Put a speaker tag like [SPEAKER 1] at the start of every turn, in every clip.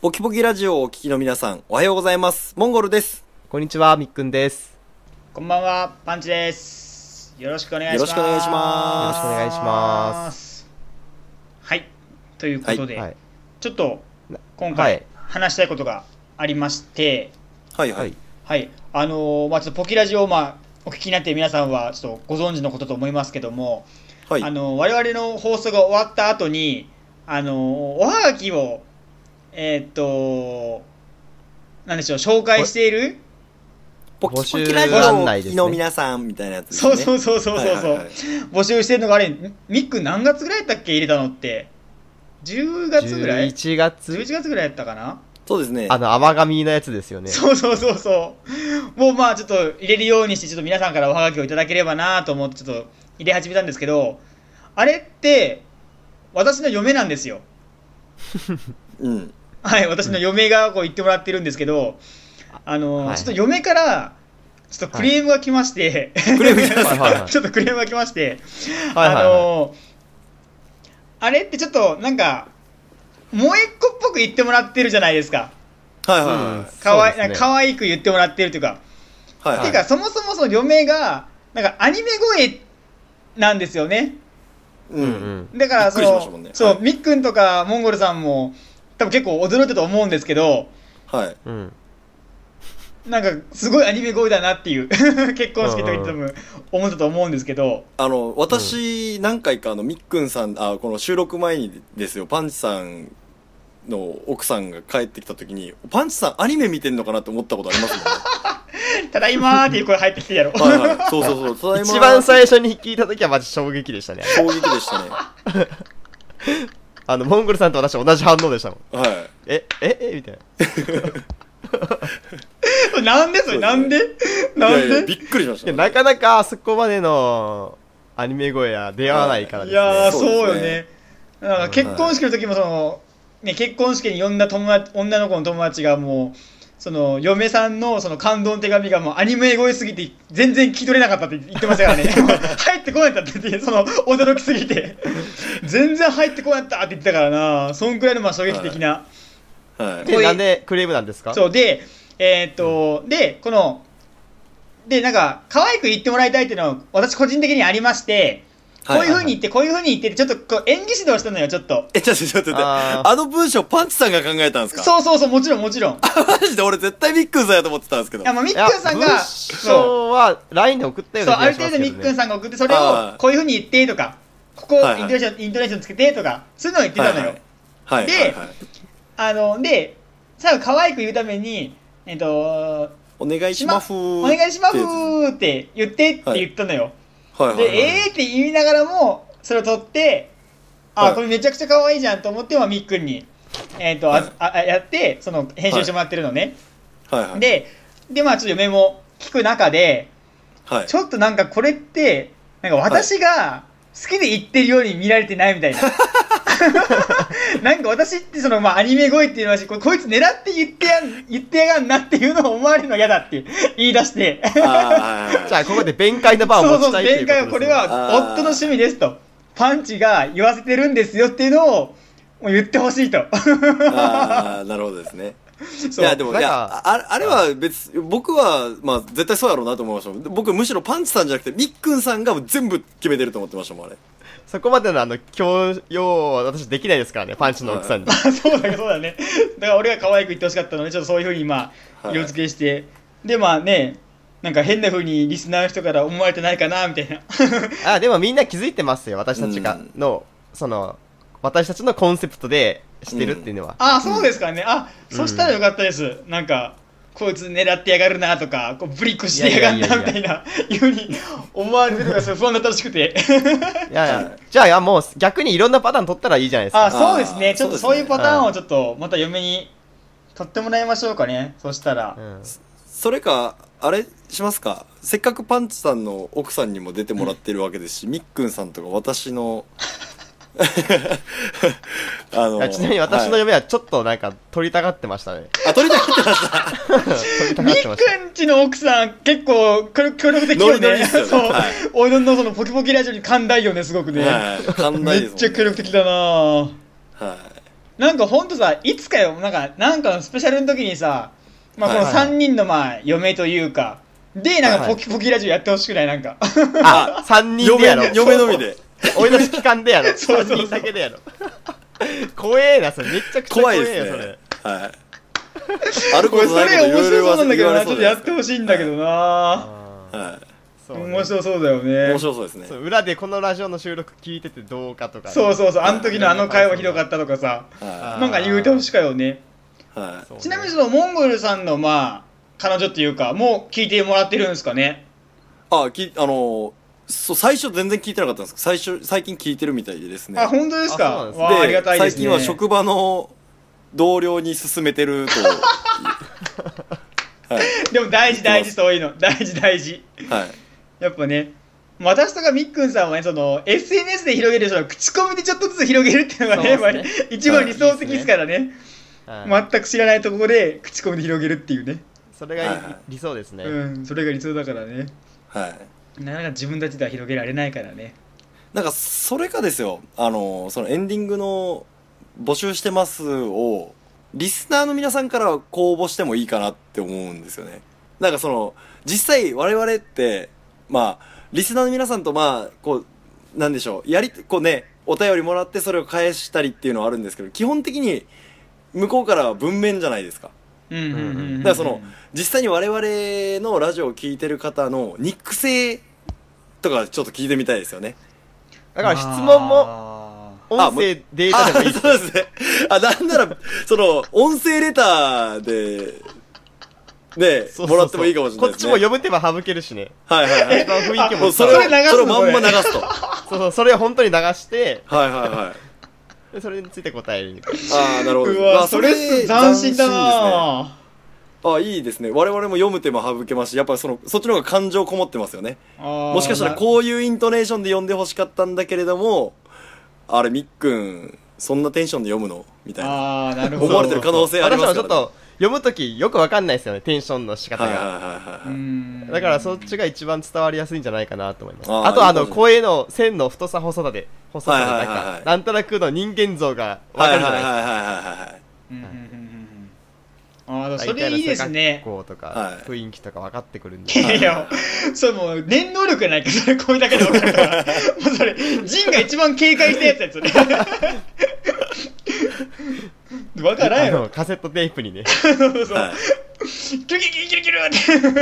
[SPEAKER 1] ポキポキラジオをお聞きの皆さん、おはようございます。モンゴルです。
[SPEAKER 2] こんにちは、みっくんです。
[SPEAKER 3] こんばんは、パンチです。よろしくお願いします。。
[SPEAKER 1] よろしくお願いします
[SPEAKER 2] よろしくお願いします
[SPEAKER 3] はい、ということで、
[SPEAKER 2] はい。
[SPEAKER 3] ちょっと
[SPEAKER 2] な
[SPEAKER 3] 今
[SPEAKER 2] はい
[SPEAKER 3] 回話したいことがありまして、
[SPEAKER 1] はいは
[SPEAKER 2] はいい。。
[SPEAKER 3] はい、あのーまあちょっとポキラジオをまあお聞きになっている皆さんはちょっとご存知のことと思いますけども、
[SPEAKER 1] はい。
[SPEAKER 3] あの我々の放送が終わった後にあのおはがきをえーっとなんでしょう紹介している
[SPEAKER 1] ポキポキラジオをお聞きの皆さんみたいなやつです
[SPEAKER 3] そ
[SPEAKER 1] ね。
[SPEAKER 3] うそうそうそうそうそう、
[SPEAKER 1] はいはいはい
[SPEAKER 3] 募集してるのがあれみみっくん何月ぐらいやったっけ入れたのって10月ぐらい
[SPEAKER 2] ?11 月
[SPEAKER 3] ?11 月ぐらいやったかな、
[SPEAKER 1] そうですね。
[SPEAKER 2] あの、甘髪のやつですよね。
[SPEAKER 3] そうそうそうそうもうまあちょっと入れるようにしてちょっと皆さんからおはがきをいただければなと思ってちょっと入れ始めたんですけどあれって私の嫁なんですよ
[SPEAKER 1] うん。
[SPEAKER 3] はい、私の嫁がこう言ってもらってるんですけど、あの、
[SPEAKER 2] はい
[SPEAKER 3] ちょっと嫁から、ちょっとクレームが来まして、
[SPEAKER 1] クレーム来ました
[SPEAKER 2] はいはいはい
[SPEAKER 3] ちょっとクレームが来まして、
[SPEAKER 2] はいはいはい
[SPEAKER 3] あの、あれってちょっとなんか、萌えっ子っぽく言ってもらってるじゃないですか。
[SPEAKER 1] はいはい
[SPEAKER 2] うん
[SPEAKER 3] かわい、
[SPEAKER 2] そうですね
[SPEAKER 3] かわいく言ってもらってるというか。
[SPEAKER 1] はい。はい
[SPEAKER 3] てか、そもそもその嫁が、なんかアニメ声なんですよね。
[SPEAKER 1] う。
[SPEAKER 2] うんん。
[SPEAKER 3] だから、そ
[SPEAKER 1] びっくりしましたも
[SPEAKER 3] の、
[SPEAKER 1] んね
[SPEAKER 3] そ、
[SPEAKER 1] はいう
[SPEAKER 3] みっくんとかモンゴルさんも、多分結構驚いたと思うんですけど、
[SPEAKER 1] はい。
[SPEAKER 2] うん。
[SPEAKER 3] なんかすごいアニメ声だなっていう 結婚式の時に多分思ったと思うんですけど
[SPEAKER 1] あの、私、何回かあの、みっくんさん、あ、この収録前にですよ、パンチさんの奥さんが帰ってきた時に、パンチさんアニメ見てんのかなって思ったことありますもんね。
[SPEAKER 3] 「ただいま」ーっていう声入ってきてやろ
[SPEAKER 1] はいはい。そうそうそう。ただいま
[SPEAKER 2] 一番最初に聞いたときはマジ衝撃でした ね。
[SPEAKER 1] 衝撃でしたね。
[SPEAKER 2] あの、モンゴルさんと私同じ反応でしたもん。
[SPEAKER 1] はい。
[SPEAKER 2] え、え、えみたいな。
[SPEAKER 3] う なんでそれなんでない
[SPEAKER 1] やいや
[SPEAKER 3] ん
[SPEAKER 1] び
[SPEAKER 3] で
[SPEAKER 1] っくりしまし
[SPEAKER 2] い
[SPEAKER 1] た
[SPEAKER 2] や、
[SPEAKER 1] ね。
[SPEAKER 2] なかなかあそこまでのアニメ声は出会わないから
[SPEAKER 3] い
[SPEAKER 2] ですね。
[SPEAKER 3] やー
[SPEAKER 1] そうですね
[SPEAKER 3] そうよねなんか結婚式の時もその、ね、結婚式に呼んだ友達女の子の友達がもうその嫁さんのその感動の手紙がもうアニメ声すぎて全然聞き取れなかったって言ってましたから ね入ってこなかったって言ってその驚きすぎて全然入ってこなかったって言ってたからなそんくらいのまあ衝撃的な。
[SPEAKER 1] はい。
[SPEAKER 2] で、なんでクレームなんですか
[SPEAKER 3] そうで、えーっと、で、この、で、なんか、可愛く言ってもらいたいっていうのは、私個人的にありまして、こういう風に言って、こういう風に言ってって、ちょっとこう演技指導したのよ、ちょっと。
[SPEAKER 1] え、ちょっとちょっと待って。
[SPEAKER 2] あ
[SPEAKER 1] あ
[SPEAKER 2] ー
[SPEAKER 1] の文章パンチさんが考えたんですか
[SPEAKER 3] そうそうそう、もちろんもちろん。い
[SPEAKER 1] マジで俺絶対ビックンさんやと思ってたんですけど。
[SPEAKER 3] や、まあ、みっ
[SPEAKER 2] い
[SPEAKER 3] くん
[SPEAKER 2] や
[SPEAKER 3] さんが、
[SPEAKER 2] 文
[SPEAKER 3] そう、
[SPEAKER 2] 章は LINE で送ったよう
[SPEAKER 3] そう
[SPEAKER 2] な気
[SPEAKER 3] あ
[SPEAKER 2] が
[SPEAKER 3] る
[SPEAKER 2] します
[SPEAKER 3] 程
[SPEAKER 2] け
[SPEAKER 3] 度み
[SPEAKER 2] ど
[SPEAKER 3] っくん
[SPEAKER 2] ね。
[SPEAKER 3] さんが送って、それ
[SPEAKER 1] あ
[SPEAKER 3] を
[SPEAKER 1] ー、
[SPEAKER 3] こういう風に言ってとか、ここ、
[SPEAKER 1] はいはい
[SPEAKER 3] イントネーション、イントネーションつけてとか、そういうのを言ってたのよ。
[SPEAKER 1] はい。
[SPEAKER 3] で
[SPEAKER 1] はいはい
[SPEAKER 3] あの、で、最後、可愛く言うために、えーっと、
[SPEAKER 1] お願いします。
[SPEAKER 3] お願いします
[SPEAKER 1] ってやつ
[SPEAKER 3] ーって言ってって言ったのよ。
[SPEAKER 1] はいはい
[SPEAKER 3] で
[SPEAKER 1] はい。、
[SPEAKER 3] えーって言いながらも、それを取って、あ、
[SPEAKER 1] はい
[SPEAKER 3] これめちゃくちゃ可愛いじゃんと思って、まあ、みっくんに、えっ、と、
[SPEAKER 1] はい
[SPEAKER 3] ああ、やって、その、編集してもらってるのね。
[SPEAKER 1] はいはい。
[SPEAKER 3] で、で、まあ、ちょっと嫁も聞く中で、
[SPEAKER 1] はい。
[SPEAKER 3] ちょっとなんかこれって、なんか私が好きで言ってるように見られてないみた いな。なんか私ってその、まあ、アニメ声っていうのはしこ、こいつ狙って言ってやん、言ってやがんなっていうのを思われるの嫌だって言い出して。
[SPEAKER 1] あーはいはい
[SPEAKER 2] じゃあ、ここで弁解の場を
[SPEAKER 3] そう
[SPEAKER 2] 持
[SPEAKER 3] そ
[SPEAKER 2] ち
[SPEAKER 3] う、
[SPEAKER 2] たいってい
[SPEAKER 3] 前
[SPEAKER 2] うことですね
[SPEAKER 3] 回はこれ
[SPEAKER 1] あ
[SPEAKER 3] は
[SPEAKER 1] ー
[SPEAKER 3] 夫の趣味ですと、パンチが言わせてるんですよっていうのをもう言ってほし いと。
[SPEAKER 1] あー、なるほどですね。い
[SPEAKER 3] そう
[SPEAKER 1] や、でも、い
[SPEAKER 2] なんか
[SPEAKER 1] や、ああれは別、僕は、まあ、絶対そうやろうなと思いましたもん。僕、むしろパンチさんじゃなくて、みっくんさんが全部決めてると思ってましたもん、あれ。
[SPEAKER 2] そこまでのあの、強要は私できないですからね、パンチの奥さんに。
[SPEAKER 3] あ そうだね、そうだね。だから俺が可愛く言ってほしかったので、ちょっとそういうふうにまあ、
[SPEAKER 1] はい
[SPEAKER 3] 色付けして、で、まあね、なんか変なふうにリスナーの人から思われてないかな、みたいな。
[SPEAKER 2] あ、でもみんな気づいてますよ、私たちが
[SPEAKER 1] うん、
[SPEAKER 2] の、その、私たちのコンセプトでしてるっていうのは。
[SPEAKER 3] ああ、そうですかね。あ、そしたらよかったです。なんか、こいつ狙ってやがるなとか、こうブリックしてやがるな、みたいな、 いうふうに思われてるのがすごい不安だったらしくて。
[SPEAKER 2] いやいや、じゃあいや、もう逆にいろんなパターン取ったらいいじゃないですか。
[SPEAKER 3] あそうです
[SPEAKER 1] あー
[SPEAKER 3] ねちょっと
[SPEAKER 1] そう
[SPEAKER 3] そう
[SPEAKER 1] ですね
[SPEAKER 3] いうパターンをちょっとまた嫁に取ってもらいましょうかねそしたら、
[SPEAKER 2] うん
[SPEAKER 1] それか、あれしますかせっかくパンチさんの奥さんにも出てもらってるわけですし、みっくんさんとか私 の、あ
[SPEAKER 2] いやちなみに私の
[SPEAKER 1] はい
[SPEAKER 2] 嫁はちょっとなんか取りたがってましたね。
[SPEAKER 1] あ、取りたかった
[SPEAKER 2] 取りたが
[SPEAKER 3] み
[SPEAKER 2] っ
[SPEAKER 3] って
[SPEAKER 2] ました。
[SPEAKER 3] くんちの奥さん結構協協力的
[SPEAKER 1] ノ
[SPEAKER 3] よ
[SPEAKER 1] リノリ
[SPEAKER 3] ね
[SPEAKER 1] ですよね
[SPEAKER 3] そう、
[SPEAKER 1] はい
[SPEAKER 3] おいどんのそのポキポキラジオに寛大よねすごくね、
[SPEAKER 1] はい。寛大
[SPEAKER 3] め
[SPEAKER 1] で
[SPEAKER 3] っ
[SPEAKER 1] す
[SPEAKER 3] ちゃ協
[SPEAKER 1] もんね
[SPEAKER 3] 力的だな
[SPEAKER 1] は
[SPEAKER 3] なんかほんとさ、いつかよ、なんか、なんかのスペシャルの時にさ、まあこ
[SPEAKER 1] は
[SPEAKER 3] の
[SPEAKER 1] いはい
[SPEAKER 2] はい
[SPEAKER 3] 3人のまあ嫁というか、で、なんかポキポキラジオやってほしくないなんか。
[SPEAKER 2] あ、3人で
[SPEAKER 1] 嫁
[SPEAKER 2] やろ。
[SPEAKER 1] 嫁のみで
[SPEAKER 2] 追い出し期間でやろ。
[SPEAKER 3] そうそうそう
[SPEAKER 2] 3人だけでやろ。怖えな、それ。めちゃくちゃ怖
[SPEAKER 1] 怖
[SPEAKER 2] え
[SPEAKER 1] い
[SPEAKER 2] よ、
[SPEAKER 1] です
[SPEAKER 2] そ
[SPEAKER 1] ね
[SPEAKER 2] れ。
[SPEAKER 1] はいある
[SPEAKER 3] こ
[SPEAKER 1] こ
[SPEAKER 3] れ
[SPEAKER 1] と
[SPEAKER 3] そ
[SPEAKER 1] ない
[SPEAKER 3] れ
[SPEAKER 1] こといろいろ
[SPEAKER 3] 面白
[SPEAKER 1] 言
[SPEAKER 3] そう
[SPEAKER 1] わ
[SPEAKER 3] な
[SPEAKER 1] せ言われそ
[SPEAKER 3] んだけどな、ちょっと
[SPEAKER 1] う
[SPEAKER 3] や
[SPEAKER 1] です
[SPEAKER 3] ってほしいんだけどな
[SPEAKER 2] あ
[SPEAKER 1] は
[SPEAKER 2] ーそ
[SPEAKER 3] ぁ
[SPEAKER 2] うね
[SPEAKER 3] 面白そうだよ
[SPEAKER 1] い
[SPEAKER 3] ね
[SPEAKER 1] 面。白そうですね
[SPEAKER 2] そう裏でこのラジオの収録聞いててどうかとかね、
[SPEAKER 3] そうそうそう、あの時のあの会話ひどかったとかさ、
[SPEAKER 1] は
[SPEAKER 3] なんか言うてほしかよね。
[SPEAKER 1] いは
[SPEAKER 2] そうね
[SPEAKER 3] ちなみにそのモンゴルさんのまあ、彼女っていうか、もう聞いてもらってるんですかね。
[SPEAKER 1] いあきあのーそう最初全然聞いてなかったんですけど最初最近聞いてるみたいですね
[SPEAKER 3] あ、本当
[SPEAKER 2] あ
[SPEAKER 3] です
[SPEAKER 2] そう
[SPEAKER 3] か
[SPEAKER 2] なんですね
[SPEAKER 3] わあ、ありがたいです
[SPEAKER 1] 最
[SPEAKER 3] ね。
[SPEAKER 1] 近は職場の同僚に勧めてる とはい
[SPEAKER 3] でも大事大事そうい うの。大事大事。
[SPEAKER 1] はい
[SPEAKER 3] やっぱね、私とかみっくんさんはね、その SNS で広げる、その口コミでちょっとずつ広げるっていうのがね、やっ
[SPEAKER 2] そう
[SPEAKER 3] ぱ
[SPEAKER 2] で
[SPEAKER 3] り
[SPEAKER 2] す
[SPEAKER 3] 一番理想的ですからね。
[SPEAKER 2] はい
[SPEAKER 3] 全く知らないところで口コミで広げるっていうね。
[SPEAKER 2] それがい
[SPEAKER 1] はいはい
[SPEAKER 2] 理想ですね、
[SPEAKER 3] うん、それが理想だからね。
[SPEAKER 1] はい
[SPEAKER 3] なかなか自分たちでは広げられないからね。
[SPEAKER 1] なんかそれがですよあのそのエンディングの「募集してます」をリスナーの皆さんから公募してもいいかなって思うんですよねなんかその実際我々ってまあリスナーの皆さんとまあこうなんでしょうやりこうねお便りもらってそれを返したりっていうのはあるんですけど基本的に向こうからは文面じゃないですか
[SPEAKER 3] うんうんうんうん。
[SPEAKER 1] だからその実際に我々のラジオを聞いてる方のニック性とかちょっと聞いてみたいですよね
[SPEAKER 2] だから質問も
[SPEAKER 3] も。
[SPEAKER 2] 音声データでもいいです
[SPEAKER 1] あ そうですね。あ、なんなら、その、音声レターで、ね、
[SPEAKER 2] そうそうそう
[SPEAKER 1] もらってもいいかもしれない
[SPEAKER 2] こっ
[SPEAKER 1] です、
[SPEAKER 2] ち
[SPEAKER 1] ね。
[SPEAKER 2] も読む手間省けるしね
[SPEAKER 1] はいはいはい
[SPEAKER 2] 一。番雰囲気
[SPEAKER 1] も
[SPEAKER 2] も
[SPEAKER 1] うそ
[SPEAKER 2] そ
[SPEAKER 1] れを
[SPEAKER 3] それ流すの
[SPEAKER 1] それをまんま流すと。
[SPEAKER 2] そうそうそれを本当に流して
[SPEAKER 1] はいはいはい。
[SPEAKER 2] でそれについて答えるみたいな
[SPEAKER 1] ああ、なるほど。
[SPEAKER 3] う
[SPEAKER 1] ま
[SPEAKER 3] わ、
[SPEAKER 1] あ
[SPEAKER 3] それ斬新だな
[SPEAKER 1] ああ、いいですね。我々も読む手間省けますし、やっぱりその、そっちの方が感情こもってますよね。も
[SPEAKER 3] も
[SPEAKER 1] しかしたらこういうイントネーションで読んでほしかったんだけれども、あれ、みっくん、そんなテンションで読むのみたいな。
[SPEAKER 3] あーなるほど。
[SPEAKER 1] 思われてる可能性ありますからね
[SPEAKER 2] 私もちょっと読むときよくわかんないですよねテンションの仕方
[SPEAKER 1] は
[SPEAKER 2] が、
[SPEAKER 1] いはいはいはい。
[SPEAKER 3] うん
[SPEAKER 2] だからそっちが一番伝わりやすいんじゃないかなと思います。
[SPEAKER 1] あ
[SPEAKER 2] あ
[SPEAKER 1] ー
[SPEAKER 2] と
[SPEAKER 1] いいか
[SPEAKER 2] あ
[SPEAKER 1] も
[SPEAKER 2] の
[SPEAKER 1] しれない
[SPEAKER 2] 声の線の太さ細さで、細さでなん
[SPEAKER 1] はいはいはいは
[SPEAKER 2] か
[SPEAKER 1] い、
[SPEAKER 2] なんとなくの人間像がわ
[SPEAKER 1] はい
[SPEAKER 2] かるじゃ
[SPEAKER 1] はいはい
[SPEAKER 2] な
[SPEAKER 1] は
[SPEAKER 2] い
[SPEAKER 1] いはい。
[SPEAKER 3] うんうんうんうんうん。ああ、でも
[SPEAKER 2] です
[SPEAKER 3] そ
[SPEAKER 2] か。
[SPEAKER 3] れいいですね。
[SPEAKER 2] こうと
[SPEAKER 1] は
[SPEAKER 2] か
[SPEAKER 1] い、
[SPEAKER 2] 雰囲気とか分かってくるん
[SPEAKER 3] い
[SPEAKER 2] で。
[SPEAKER 3] やいや、それもう、念能力がないから、それこれだけで分かるから。もうそれ、ジンが一番警戒したやつやつね。分からん
[SPEAKER 2] あ
[SPEAKER 3] やろ。
[SPEAKER 2] の、カセットテープにね、
[SPEAKER 3] そうそう。
[SPEAKER 1] はい
[SPEAKER 3] キュキュキュキュキュっ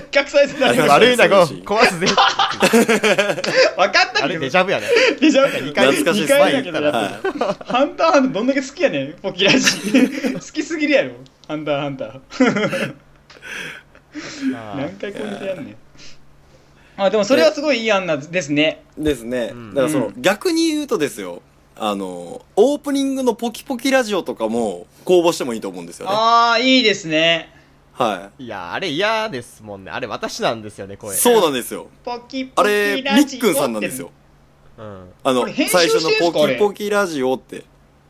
[SPEAKER 3] て、逆再生される。
[SPEAKER 1] あり
[SPEAKER 2] 悪いな、こう
[SPEAKER 1] そういうシーン
[SPEAKER 2] 壊すぜ。
[SPEAKER 3] 分かった
[SPEAKER 2] あ
[SPEAKER 3] け
[SPEAKER 2] れ
[SPEAKER 3] ど、デ
[SPEAKER 2] デ
[SPEAKER 3] ジ
[SPEAKER 2] ジ
[SPEAKER 3] ャ
[SPEAKER 2] ャブ やね。
[SPEAKER 3] ブ。
[SPEAKER 2] 懐
[SPEAKER 1] かしい
[SPEAKER 3] 2
[SPEAKER 1] スパ
[SPEAKER 3] 回
[SPEAKER 1] イ
[SPEAKER 3] だけど
[SPEAKER 1] は
[SPEAKER 3] やってる。ハンターハンターどんだけ好きやねん、ポキラ ジ。好きすぎるやろ、ハンターハンター。
[SPEAKER 2] あ
[SPEAKER 3] 何
[SPEAKER 2] ー
[SPEAKER 3] 回こうやってやんねん。あ、でもそれはすごいいい案なんですね。
[SPEAKER 1] ですね、
[SPEAKER 2] うん
[SPEAKER 1] だからその、
[SPEAKER 3] うん
[SPEAKER 1] 逆に言うとですよあのオープニングの「ポキポキラジオ」とかも公募してもいいと思うんですよね
[SPEAKER 3] ああ、いいですね。
[SPEAKER 1] はい
[SPEAKER 2] や、あれ嫌ですもんね。あれ私なんですよね、
[SPEAKER 1] い
[SPEAKER 2] 声。
[SPEAKER 1] そうなんですよ
[SPEAKER 3] ポキポ
[SPEAKER 1] あ
[SPEAKER 3] キ
[SPEAKER 1] れみっ
[SPEAKER 3] ラジオ
[SPEAKER 1] くんさんなんですよ。
[SPEAKER 2] うん。
[SPEAKER 1] あの
[SPEAKER 3] これ編集
[SPEAKER 1] 最初の
[SPEAKER 3] してんす
[SPEAKER 1] 「
[SPEAKER 3] かあ
[SPEAKER 1] ポ
[SPEAKER 3] れ
[SPEAKER 1] キポキラジオ」って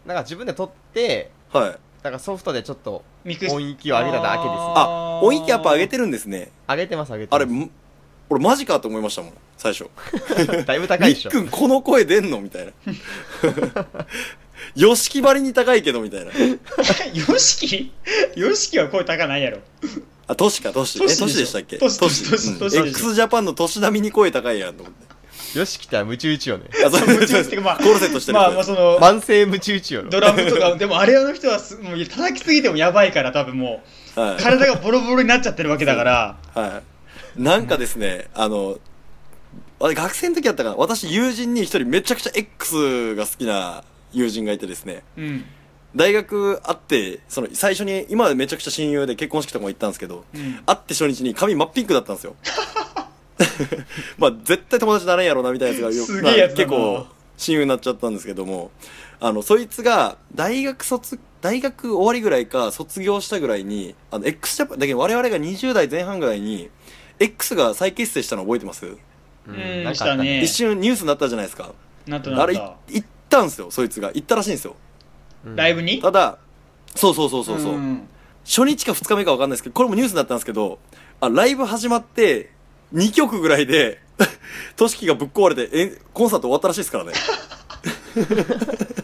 [SPEAKER 2] なんか自分で撮って、
[SPEAKER 1] はい
[SPEAKER 2] なんかソフトでちょっと
[SPEAKER 3] ミクシ
[SPEAKER 2] 音域を上げただけですね。
[SPEAKER 1] あ音域やっぱ上げてるんですね
[SPEAKER 2] 上げてます、上げて
[SPEAKER 1] あ
[SPEAKER 2] ま
[SPEAKER 1] れ
[SPEAKER 2] す。
[SPEAKER 1] ん俺マジかと思いましたもん最初
[SPEAKER 2] だい
[SPEAKER 1] 「
[SPEAKER 2] ぶ高
[SPEAKER 1] み
[SPEAKER 2] いでし
[SPEAKER 1] っ
[SPEAKER 2] ょ
[SPEAKER 1] く。んこの声出んの?」みたいな よしきばりに高いけどみたいな
[SPEAKER 3] ヨシキヨシキは声高ないやろ。
[SPEAKER 1] あトシかトシ
[SPEAKER 3] ト
[SPEAKER 1] え
[SPEAKER 3] シでしょ
[SPEAKER 1] トシでしたっけ
[SPEAKER 3] トシトシ
[SPEAKER 1] ト
[SPEAKER 3] トシ
[SPEAKER 1] うん x ジャパンのトシ並みに声高いやんと思 って
[SPEAKER 2] よし来たらムチ打ちよね。
[SPEAKER 1] あそう
[SPEAKER 3] 夢中っていうかまあ
[SPEAKER 1] コルセットしてる
[SPEAKER 3] まあまあその、
[SPEAKER 2] 慢性ムチ打ちよろ。
[SPEAKER 3] ドラムとか、でもあれあの人はすもう叩きすぎてもやばいから多分もう、
[SPEAKER 1] はい、
[SPEAKER 3] 体がボロボロになっちゃってるわけだから。
[SPEAKER 1] はい、なんかですね、あのあれ学生の時やったかな私友人に一人めちゃくちゃ X が好きな友人がいてですね
[SPEAKER 3] うん。
[SPEAKER 1] 大学会ってその最初に今はめちゃくちゃ親友で結婚式とかも行ったんですけど、
[SPEAKER 3] うん
[SPEAKER 1] 会って初日に髪真っピンクだったんですよ まあ絶対友達になれんやろうなみたいなやつがよ
[SPEAKER 3] すげえやつだな
[SPEAKER 1] まあ結構親友になっちゃったんですけどもあのそいつが大学卒大学終わりぐらいか卒業したぐらいにあの x ジャパンだけど我々が20代前半ぐらいに X が再結成したの覚えてます、
[SPEAKER 2] う
[SPEAKER 3] うん
[SPEAKER 2] なん
[SPEAKER 3] し
[SPEAKER 2] かあ
[SPEAKER 3] た
[SPEAKER 2] った
[SPEAKER 3] ね
[SPEAKER 2] ね。
[SPEAKER 1] 一瞬ニュースになったじゃないですか
[SPEAKER 3] なんとな
[SPEAKER 1] あ
[SPEAKER 3] ん
[SPEAKER 1] れ
[SPEAKER 3] だ。
[SPEAKER 1] 行ったんですよそいつが行ったらしいんですよ
[SPEAKER 3] ライブ
[SPEAKER 2] に。
[SPEAKER 3] に
[SPEAKER 1] ただそうそうそうそうそう、
[SPEAKER 3] ん
[SPEAKER 1] 初日か2日目か分かんないですけど、これもニュースになったんですけど、あ、ライブ始まって、2曲ぐらいで、トシキがぶっ壊れて、え、コンサート終わったらしいですからね。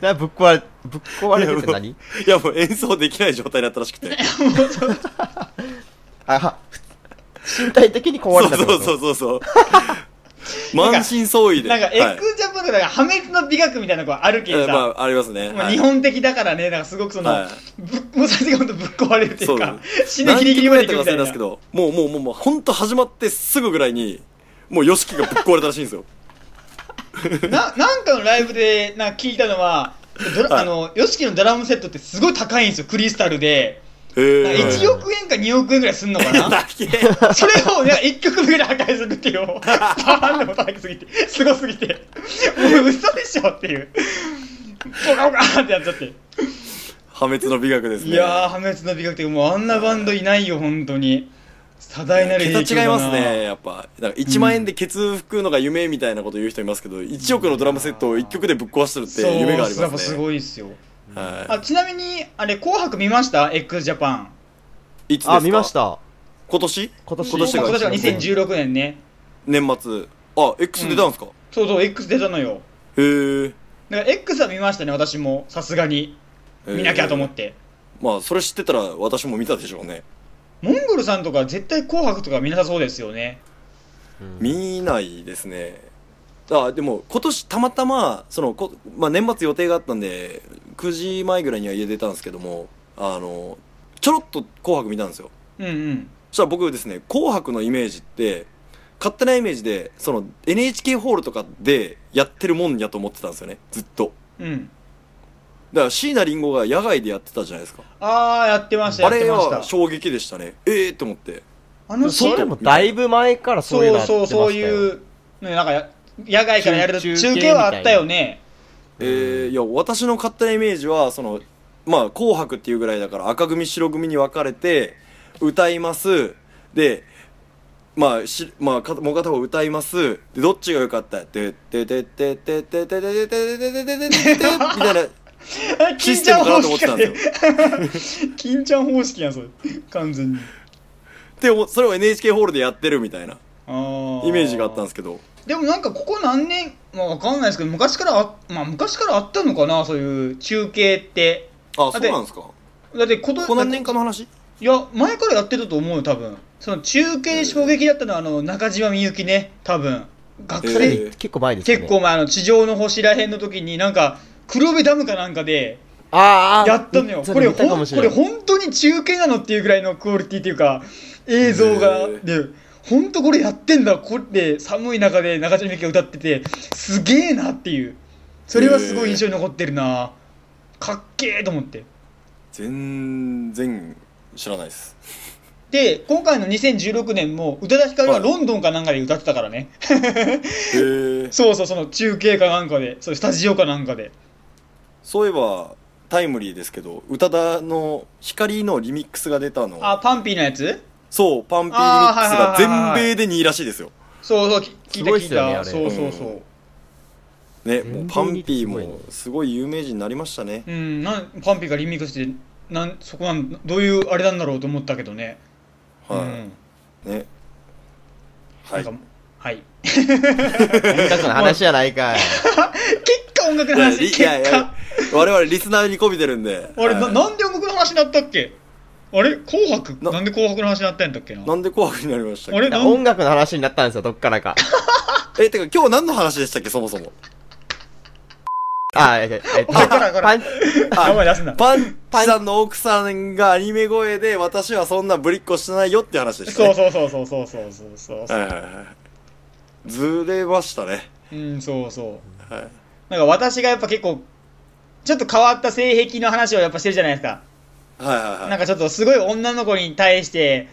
[SPEAKER 2] なぶっ壊れ、ぶっ壊れて るって何
[SPEAKER 1] いやもう演奏できない状態だったらしくて。
[SPEAKER 2] あ、は、身体的に壊
[SPEAKER 1] そ
[SPEAKER 2] れ
[SPEAKER 1] う
[SPEAKER 2] たって
[SPEAKER 1] そ
[SPEAKER 2] こ
[SPEAKER 1] う
[SPEAKER 2] と
[SPEAKER 1] そうそうそう。満身創痍で。
[SPEAKER 3] なんか、エ
[SPEAKER 1] はい
[SPEAKER 3] ッグジャパンとか、破滅の美学みたいなのがあるけ
[SPEAKER 1] えー
[SPEAKER 3] ど
[SPEAKER 1] ま
[SPEAKER 3] さ、
[SPEAKER 1] あ、ありますね。
[SPEAKER 3] まあ
[SPEAKER 1] はい
[SPEAKER 3] 日本的だからね、なんかすごくその
[SPEAKER 1] は、
[SPEAKER 3] ぶもう最初からぶっ壊れるっていうか、死ね
[SPEAKER 1] 何
[SPEAKER 3] ギリギリ
[SPEAKER 1] 曲
[SPEAKER 3] ま
[SPEAKER 1] や
[SPEAKER 3] で
[SPEAKER 1] っ
[SPEAKER 3] い
[SPEAKER 1] たか忘れ
[SPEAKER 3] くみたい
[SPEAKER 1] たん
[SPEAKER 3] な。
[SPEAKER 1] ですけど、もうもうもうもう、ほんと始まってすぐぐらいに、もう YOSHIKI がぶっ壊れたらしいんですよ。
[SPEAKER 3] ななんかのライブでなんか聞いたのは、ドラ
[SPEAKER 1] はい
[SPEAKER 3] あの、ヨシキのドラムセットってすごい高いんですよ、クリスタルで。
[SPEAKER 1] へ
[SPEAKER 3] なんか
[SPEAKER 1] ー
[SPEAKER 3] 1億円か2億円ぐらいすんのかな
[SPEAKER 1] だけへ
[SPEAKER 3] それをね、1曲目で破壊するっていうのを、バーンでも叩きすぎて、すごすぎて、もう嘘でしょっていう、ボカボカってやっちゃって。
[SPEAKER 1] 破滅の美学ですね。
[SPEAKER 3] いやー、破滅の美学って、もうあんなバンドいないよ、本当に。多大なる影響
[SPEAKER 1] 桁違い
[SPEAKER 3] だな
[SPEAKER 1] ますね、。やっぱ。だから1万円でケツ拭くのが夢みたいなこと言う人いますけど、1億のドラムセットを1曲でぶっ壊してるって
[SPEAKER 3] そう、
[SPEAKER 1] 夢があり
[SPEAKER 3] や
[SPEAKER 1] ま
[SPEAKER 3] っぱ
[SPEAKER 1] す
[SPEAKER 3] す
[SPEAKER 1] ね。
[SPEAKER 3] ごいですよ。
[SPEAKER 1] は
[SPEAKER 3] あちなみに、あれ、紅白見ました ?X ジャパン。
[SPEAKER 1] い。いつですか
[SPEAKER 2] あ、見まし。た。
[SPEAKER 1] 今年
[SPEAKER 2] 今年
[SPEAKER 1] 今年
[SPEAKER 3] 今
[SPEAKER 1] が
[SPEAKER 3] 年は2016年ね。
[SPEAKER 1] 年末。あ、X 出たんですか、
[SPEAKER 3] そうそう、X 出たのよ。
[SPEAKER 1] へえ。
[SPEAKER 3] だから X は見ましたね、私も。さすがに。見なきゃと思って。
[SPEAKER 1] まあ、それ知ってたら私も見たでしょうね。
[SPEAKER 3] モンゴルさんとか絶対紅白とか見なさそうですよね。
[SPEAKER 2] うん
[SPEAKER 1] 見ないですね。あ、でも、今年たまたま、その、こまあ、年末予定があったんで、9時前ぐらいには家出たんですけども、あの、ちょろっと紅白見たんですよ。
[SPEAKER 3] うんうん。
[SPEAKER 1] そしたら僕ですね、紅白のイメージって、勝手なイメージで、その NHK ホールとかでやってるもんやと思ってたんですよね、ずっと。
[SPEAKER 3] うん。
[SPEAKER 1] だから椎名林檎が野外でやってたじゃないですか。
[SPEAKER 3] あー、やってました、や
[SPEAKER 1] あ
[SPEAKER 3] って
[SPEAKER 1] れ
[SPEAKER 3] ました
[SPEAKER 1] は。衝撃でしたね。ええー、と思って。
[SPEAKER 3] あの
[SPEAKER 2] それ
[SPEAKER 3] 外
[SPEAKER 2] もだいぶ前からそういうの
[SPEAKER 3] そう
[SPEAKER 2] やって
[SPEAKER 3] そう、
[SPEAKER 2] ましたよ。
[SPEAKER 3] そういう、ね、なんかや、野外からやる
[SPEAKER 2] 中
[SPEAKER 3] 中
[SPEAKER 2] 中継
[SPEAKER 3] 継はあったよね。
[SPEAKER 1] えー、いや、私の勝手なイメージは、その、まあ、紅白っていうぐらいだから赤組白組に分かれて、歌います。で、まあ、し、まあ、かもう片方歌います。で、どっちが良かったてててててててててててててててみたいな。
[SPEAKER 3] 金
[SPEAKER 1] シ
[SPEAKER 3] ち
[SPEAKER 1] ステ
[SPEAKER 3] ゃん
[SPEAKER 1] ムか
[SPEAKER 3] 方
[SPEAKER 1] なと思っ
[SPEAKER 3] 式
[SPEAKER 1] てた
[SPEAKER 3] か
[SPEAKER 1] んですよ。
[SPEAKER 3] 金ちゃん方式やん、それ。完全に。
[SPEAKER 1] でも、それを NHK ホールでやってるみたいな
[SPEAKER 3] あー
[SPEAKER 1] イメージがあったんですけど。
[SPEAKER 3] でもなんかここ何年、まあわかんないですけど、昔からあ、まあ昔からあったのかな、そういう中継って。
[SPEAKER 1] あ、
[SPEAKER 3] あ
[SPEAKER 1] そう
[SPEAKER 3] で
[SPEAKER 1] なんですか。こ
[SPEAKER 3] だって
[SPEAKER 1] こ
[SPEAKER 3] 今年、
[SPEAKER 1] 何年かの話
[SPEAKER 3] いや、前からやってたと思うよ、多分。その中継衝撃だったのは、あの、中島みゆきね、多分。学
[SPEAKER 1] えー
[SPEAKER 3] 生、
[SPEAKER 2] 結構前ですよね。
[SPEAKER 3] 結構前、あの、地上の星らへんの時に、なんか、黒部ダムかなんかで、
[SPEAKER 2] あーあー、
[SPEAKER 3] やったのよ。
[SPEAKER 2] そ
[SPEAKER 3] これ、
[SPEAKER 2] 見たか
[SPEAKER 3] ほ
[SPEAKER 2] も
[SPEAKER 3] ん
[SPEAKER 2] し
[SPEAKER 3] こ
[SPEAKER 2] れ
[SPEAKER 3] れ
[SPEAKER 2] ない。
[SPEAKER 3] 本当に中継なのっていうぐらいのクオリティというか、映像が、
[SPEAKER 1] へー
[SPEAKER 3] で、本当これやってんだ、これで寒い中で中島みゆきが歌ってて、すげえなっていう。それはすごい印象に残ってるな。かっけえと思って。
[SPEAKER 1] 全然知らないです。
[SPEAKER 3] で、今回の2016年も、宇多田ヒカルがロンドンかなんかで歌ってたからね。
[SPEAKER 1] へー
[SPEAKER 3] そうそう、その中継かなんかで、そうスタジオかなんかで。
[SPEAKER 1] そういえば、タイムリーですけど、宇多田の光のリミックスが出たの。
[SPEAKER 3] あ、パンピーのやつ
[SPEAKER 1] そう、パンピーリミックスが
[SPEAKER 3] あーはいはいはいは
[SPEAKER 1] 全
[SPEAKER 3] い
[SPEAKER 1] 米で2位らしいですよ。
[SPEAKER 3] そうそう、き
[SPEAKER 2] す
[SPEAKER 3] 聞
[SPEAKER 2] ごいっ
[SPEAKER 3] い
[SPEAKER 2] す
[SPEAKER 3] た
[SPEAKER 2] よね
[SPEAKER 3] 聞い
[SPEAKER 2] あれ
[SPEAKER 3] た。そうそうそう。
[SPEAKER 1] ね、
[SPEAKER 2] 全
[SPEAKER 1] も
[SPEAKER 2] 米
[SPEAKER 1] う
[SPEAKER 2] に
[SPEAKER 1] パンピー
[SPEAKER 2] すごい
[SPEAKER 1] も
[SPEAKER 2] ね
[SPEAKER 1] すごい有名人になりましたね。
[SPEAKER 3] うん、なんパンピーがリミックスしてなんそこなんどういうあれなんだろうと思ったけどね、
[SPEAKER 1] はいう。ね。
[SPEAKER 3] うん、
[SPEAKER 1] は
[SPEAKER 3] ないんか。はい
[SPEAKER 2] 音楽の話じゃないかい。
[SPEAKER 3] 結果音楽の
[SPEAKER 1] いや
[SPEAKER 3] 話
[SPEAKER 1] り
[SPEAKER 3] 結
[SPEAKER 1] いやいや
[SPEAKER 3] 果、
[SPEAKER 1] 我々リスナーに媚びてるんで。
[SPEAKER 3] あれな
[SPEAKER 1] はい
[SPEAKER 3] なんで音楽の話になったっけあれ紅白
[SPEAKER 1] な
[SPEAKER 3] なんで紅白の話になったんだっけな
[SPEAKER 1] なんで紅白になりましたっ
[SPEAKER 3] あ
[SPEAKER 1] け
[SPEAKER 3] れなん
[SPEAKER 2] 音楽の話になったんですよ、どっからか。
[SPEAKER 1] え、てか今日何の話でしたっけ、そもそも。
[SPEAKER 2] あー、えっとえっと、
[SPEAKER 3] わからんわから
[SPEAKER 2] パン、
[SPEAKER 3] 名前出すな
[SPEAKER 1] パンチさんの奥さんがアニメ声で、私はそんなぶりっこしてないよって話でした
[SPEAKER 3] そう
[SPEAKER 1] ね。
[SPEAKER 3] そうそうそうそうそうそうそう、
[SPEAKER 1] はいはいはい。ずれましたね。
[SPEAKER 3] うんそうそう
[SPEAKER 1] はい。
[SPEAKER 3] なんか私がやっぱ結構ちょっと変わった性癖の話をやっぱしてるじゃないですか
[SPEAKER 1] はいはいはい。
[SPEAKER 3] なんかちょっとすごい女の子に対して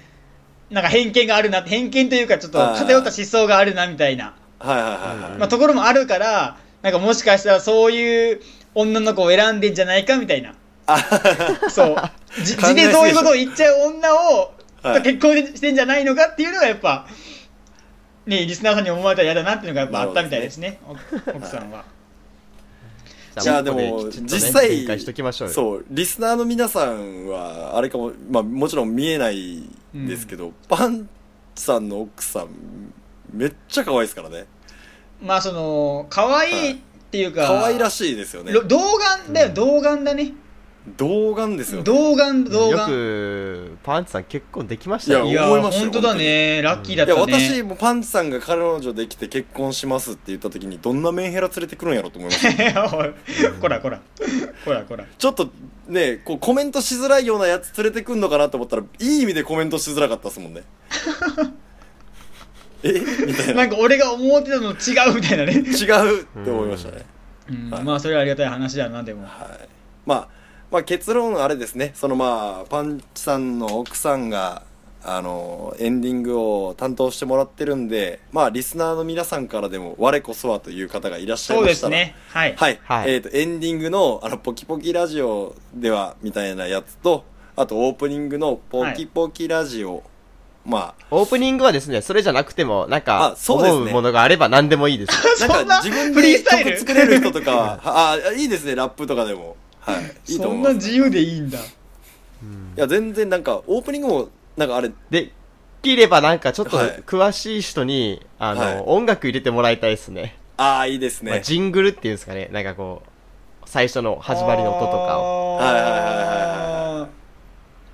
[SPEAKER 3] なんか偏見があるな偏見というかちょっと偏った思想があるなみたいな
[SPEAKER 1] はいはいはい
[SPEAKER 2] うん
[SPEAKER 1] は。
[SPEAKER 3] まあ、ところもあるからなんかもしかしたらそういう女の子を選んでんじゃないかみたいないそう じ
[SPEAKER 1] 考えすぎ
[SPEAKER 3] 字
[SPEAKER 1] でしょ
[SPEAKER 3] でそういうことを言っちゃう女を、
[SPEAKER 1] はい
[SPEAKER 3] と結婚してんじゃないのかっていうのがやっぱねリスナーさんに思われたら嫌だなっていうのがやっぱあったみたいですねお奥さんは
[SPEAKER 1] じゃあでも
[SPEAKER 2] きちっとね
[SPEAKER 1] 実際
[SPEAKER 2] 展開しときましょうよ。
[SPEAKER 1] そう、リスナーの皆さんは、あれかも、まあもちろん見えないんですけど、パンチさんの奥さん、めっちゃ可愛いですからね。
[SPEAKER 3] まあその可愛いっていうか、
[SPEAKER 1] 可愛ら
[SPEAKER 3] し
[SPEAKER 1] しいですよね。
[SPEAKER 3] 童顔だよ、童顔だね。
[SPEAKER 1] 童顔ですよ、ね。
[SPEAKER 3] 童顔、童
[SPEAKER 2] よ
[SPEAKER 3] 顔。
[SPEAKER 2] く、パンチさん結婚できました
[SPEAKER 1] い
[SPEAKER 3] い
[SPEAKER 2] ね。
[SPEAKER 1] や
[SPEAKER 3] や
[SPEAKER 1] 思いましたよ
[SPEAKER 3] 本当だね。ラッキーだっ
[SPEAKER 1] いや、
[SPEAKER 3] たね。
[SPEAKER 1] 私、もパンチさんが彼女できて結婚しますって言った時に、どんなメンヘラ連れてくるんやろと思いま した。
[SPEAKER 3] おいこらこら。こらこら。
[SPEAKER 1] ちょっとね、こうコメントしづらいようなやつ連れてくんのかなと思ったら、いい意味でコメントしづらかったです もんね。えみたいな。
[SPEAKER 3] なんか俺が思ってたのと違うみたいなね。
[SPEAKER 1] 違うって思いましたね。
[SPEAKER 3] うん、まあそれはありがたい話だな、でも。
[SPEAKER 1] はい。まあ、まあ結論あれですね。そのまあ、パンチさんの奥さんが、あの、エンディングを担当してもらってるんで、まあリスナーの皆さんからでも、我こそはという方がいらっしゃい
[SPEAKER 3] そう
[SPEAKER 1] ま
[SPEAKER 3] で
[SPEAKER 1] し
[SPEAKER 3] す
[SPEAKER 1] たら、
[SPEAKER 3] ね。はい。
[SPEAKER 1] はい。
[SPEAKER 2] はい
[SPEAKER 1] えっ、と、エンディングの、あの、ポキポキラジオでは、みたいなやつと、あと、オープニングの、ポキポキラジオ、ま
[SPEAKER 2] オープニングはですね、それじゃなくても、なん
[SPEAKER 1] あ
[SPEAKER 2] か、
[SPEAKER 1] そうですね
[SPEAKER 2] 思うものがあれば何でもいいです。
[SPEAKER 1] あ、なんか、自分
[SPEAKER 3] フリー
[SPEAKER 1] で
[SPEAKER 3] スタイル
[SPEAKER 1] 曲作れる人とか は、はあ、いいですね、ラップとかでも。 はい。いいと
[SPEAKER 3] そ
[SPEAKER 1] 思
[SPEAKER 3] ん
[SPEAKER 1] い
[SPEAKER 3] な
[SPEAKER 1] ます。
[SPEAKER 3] 自由でいいんだ。
[SPEAKER 1] いや、全然なんか、オープニングも、なんかあれ、
[SPEAKER 2] で、できればなんかちょっと
[SPEAKER 1] はい
[SPEAKER 2] 詳しい人に、あの、
[SPEAKER 1] はい
[SPEAKER 2] 音楽入れてもらいたいですね。
[SPEAKER 1] ああ、いいです
[SPEAKER 2] まあ、
[SPEAKER 1] ね。
[SPEAKER 2] ジングルっていうんですかね。なんかこう、最初の始まりの音とかを。
[SPEAKER 3] を
[SPEAKER 1] はいはいはい
[SPEAKER 3] いは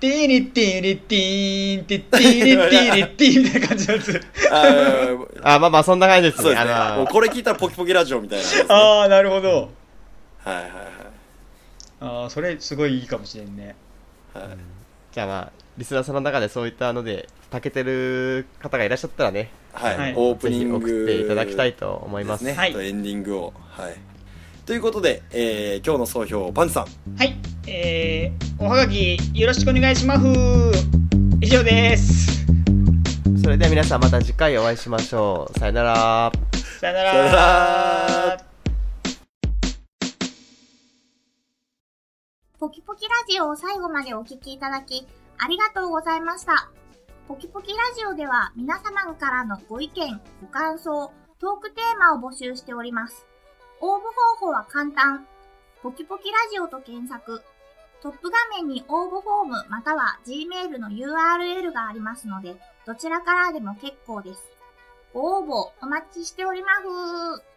[SPEAKER 3] い。ティリティリティーンティティリティリティーンみたいな感じのやつ。
[SPEAKER 1] あ ー
[SPEAKER 2] あ、まあまあそんな感じですね。
[SPEAKER 1] そうですね。
[SPEAKER 2] あ
[SPEAKER 1] も
[SPEAKER 2] の
[SPEAKER 1] うこれ聞いたらポキポキラジオみたいなやつですね、
[SPEAKER 3] ああ、なるほど。
[SPEAKER 1] はいはいはい。
[SPEAKER 3] ああ、それすごいいいかもしれんね。
[SPEAKER 2] じゃあまあ、リスナーさんの中でそういったので、たけてる方がいらっしゃったらね、
[SPEAKER 1] はい、
[SPEAKER 3] はい
[SPEAKER 1] オープ
[SPEAKER 2] ぜ
[SPEAKER 1] ニ
[SPEAKER 2] ひ
[SPEAKER 1] ング
[SPEAKER 2] 送っていただきたいと思います。
[SPEAKER 1] ですね、
[SPEAKER 3] はい
[SPEAKER 1] とエンディングをはいということで、えー今日の総評パンチさん
[SPEAKER 3] はい。えー、おはがきよろしくお願いします。以上です。
[SPEAKER 2] それでは皆さんまた次回お会いしましょう。さよなら。
[SPEAKER 3] さよなら。
[SPEAKER 1] さよなら
[SPEAKER 4] ポキポキラジオを最後までお聞きいただき、ありがとうございました。ポキポキラジオでは皆様からのご意見、ご感想、トークテーマを募集しております。応募方法は簡単。ポキポキラジオと検索。トップ画面に応募フォームまたは Gmail の URL がありますので、どちらからでも結構です。ご応募お待ちしております。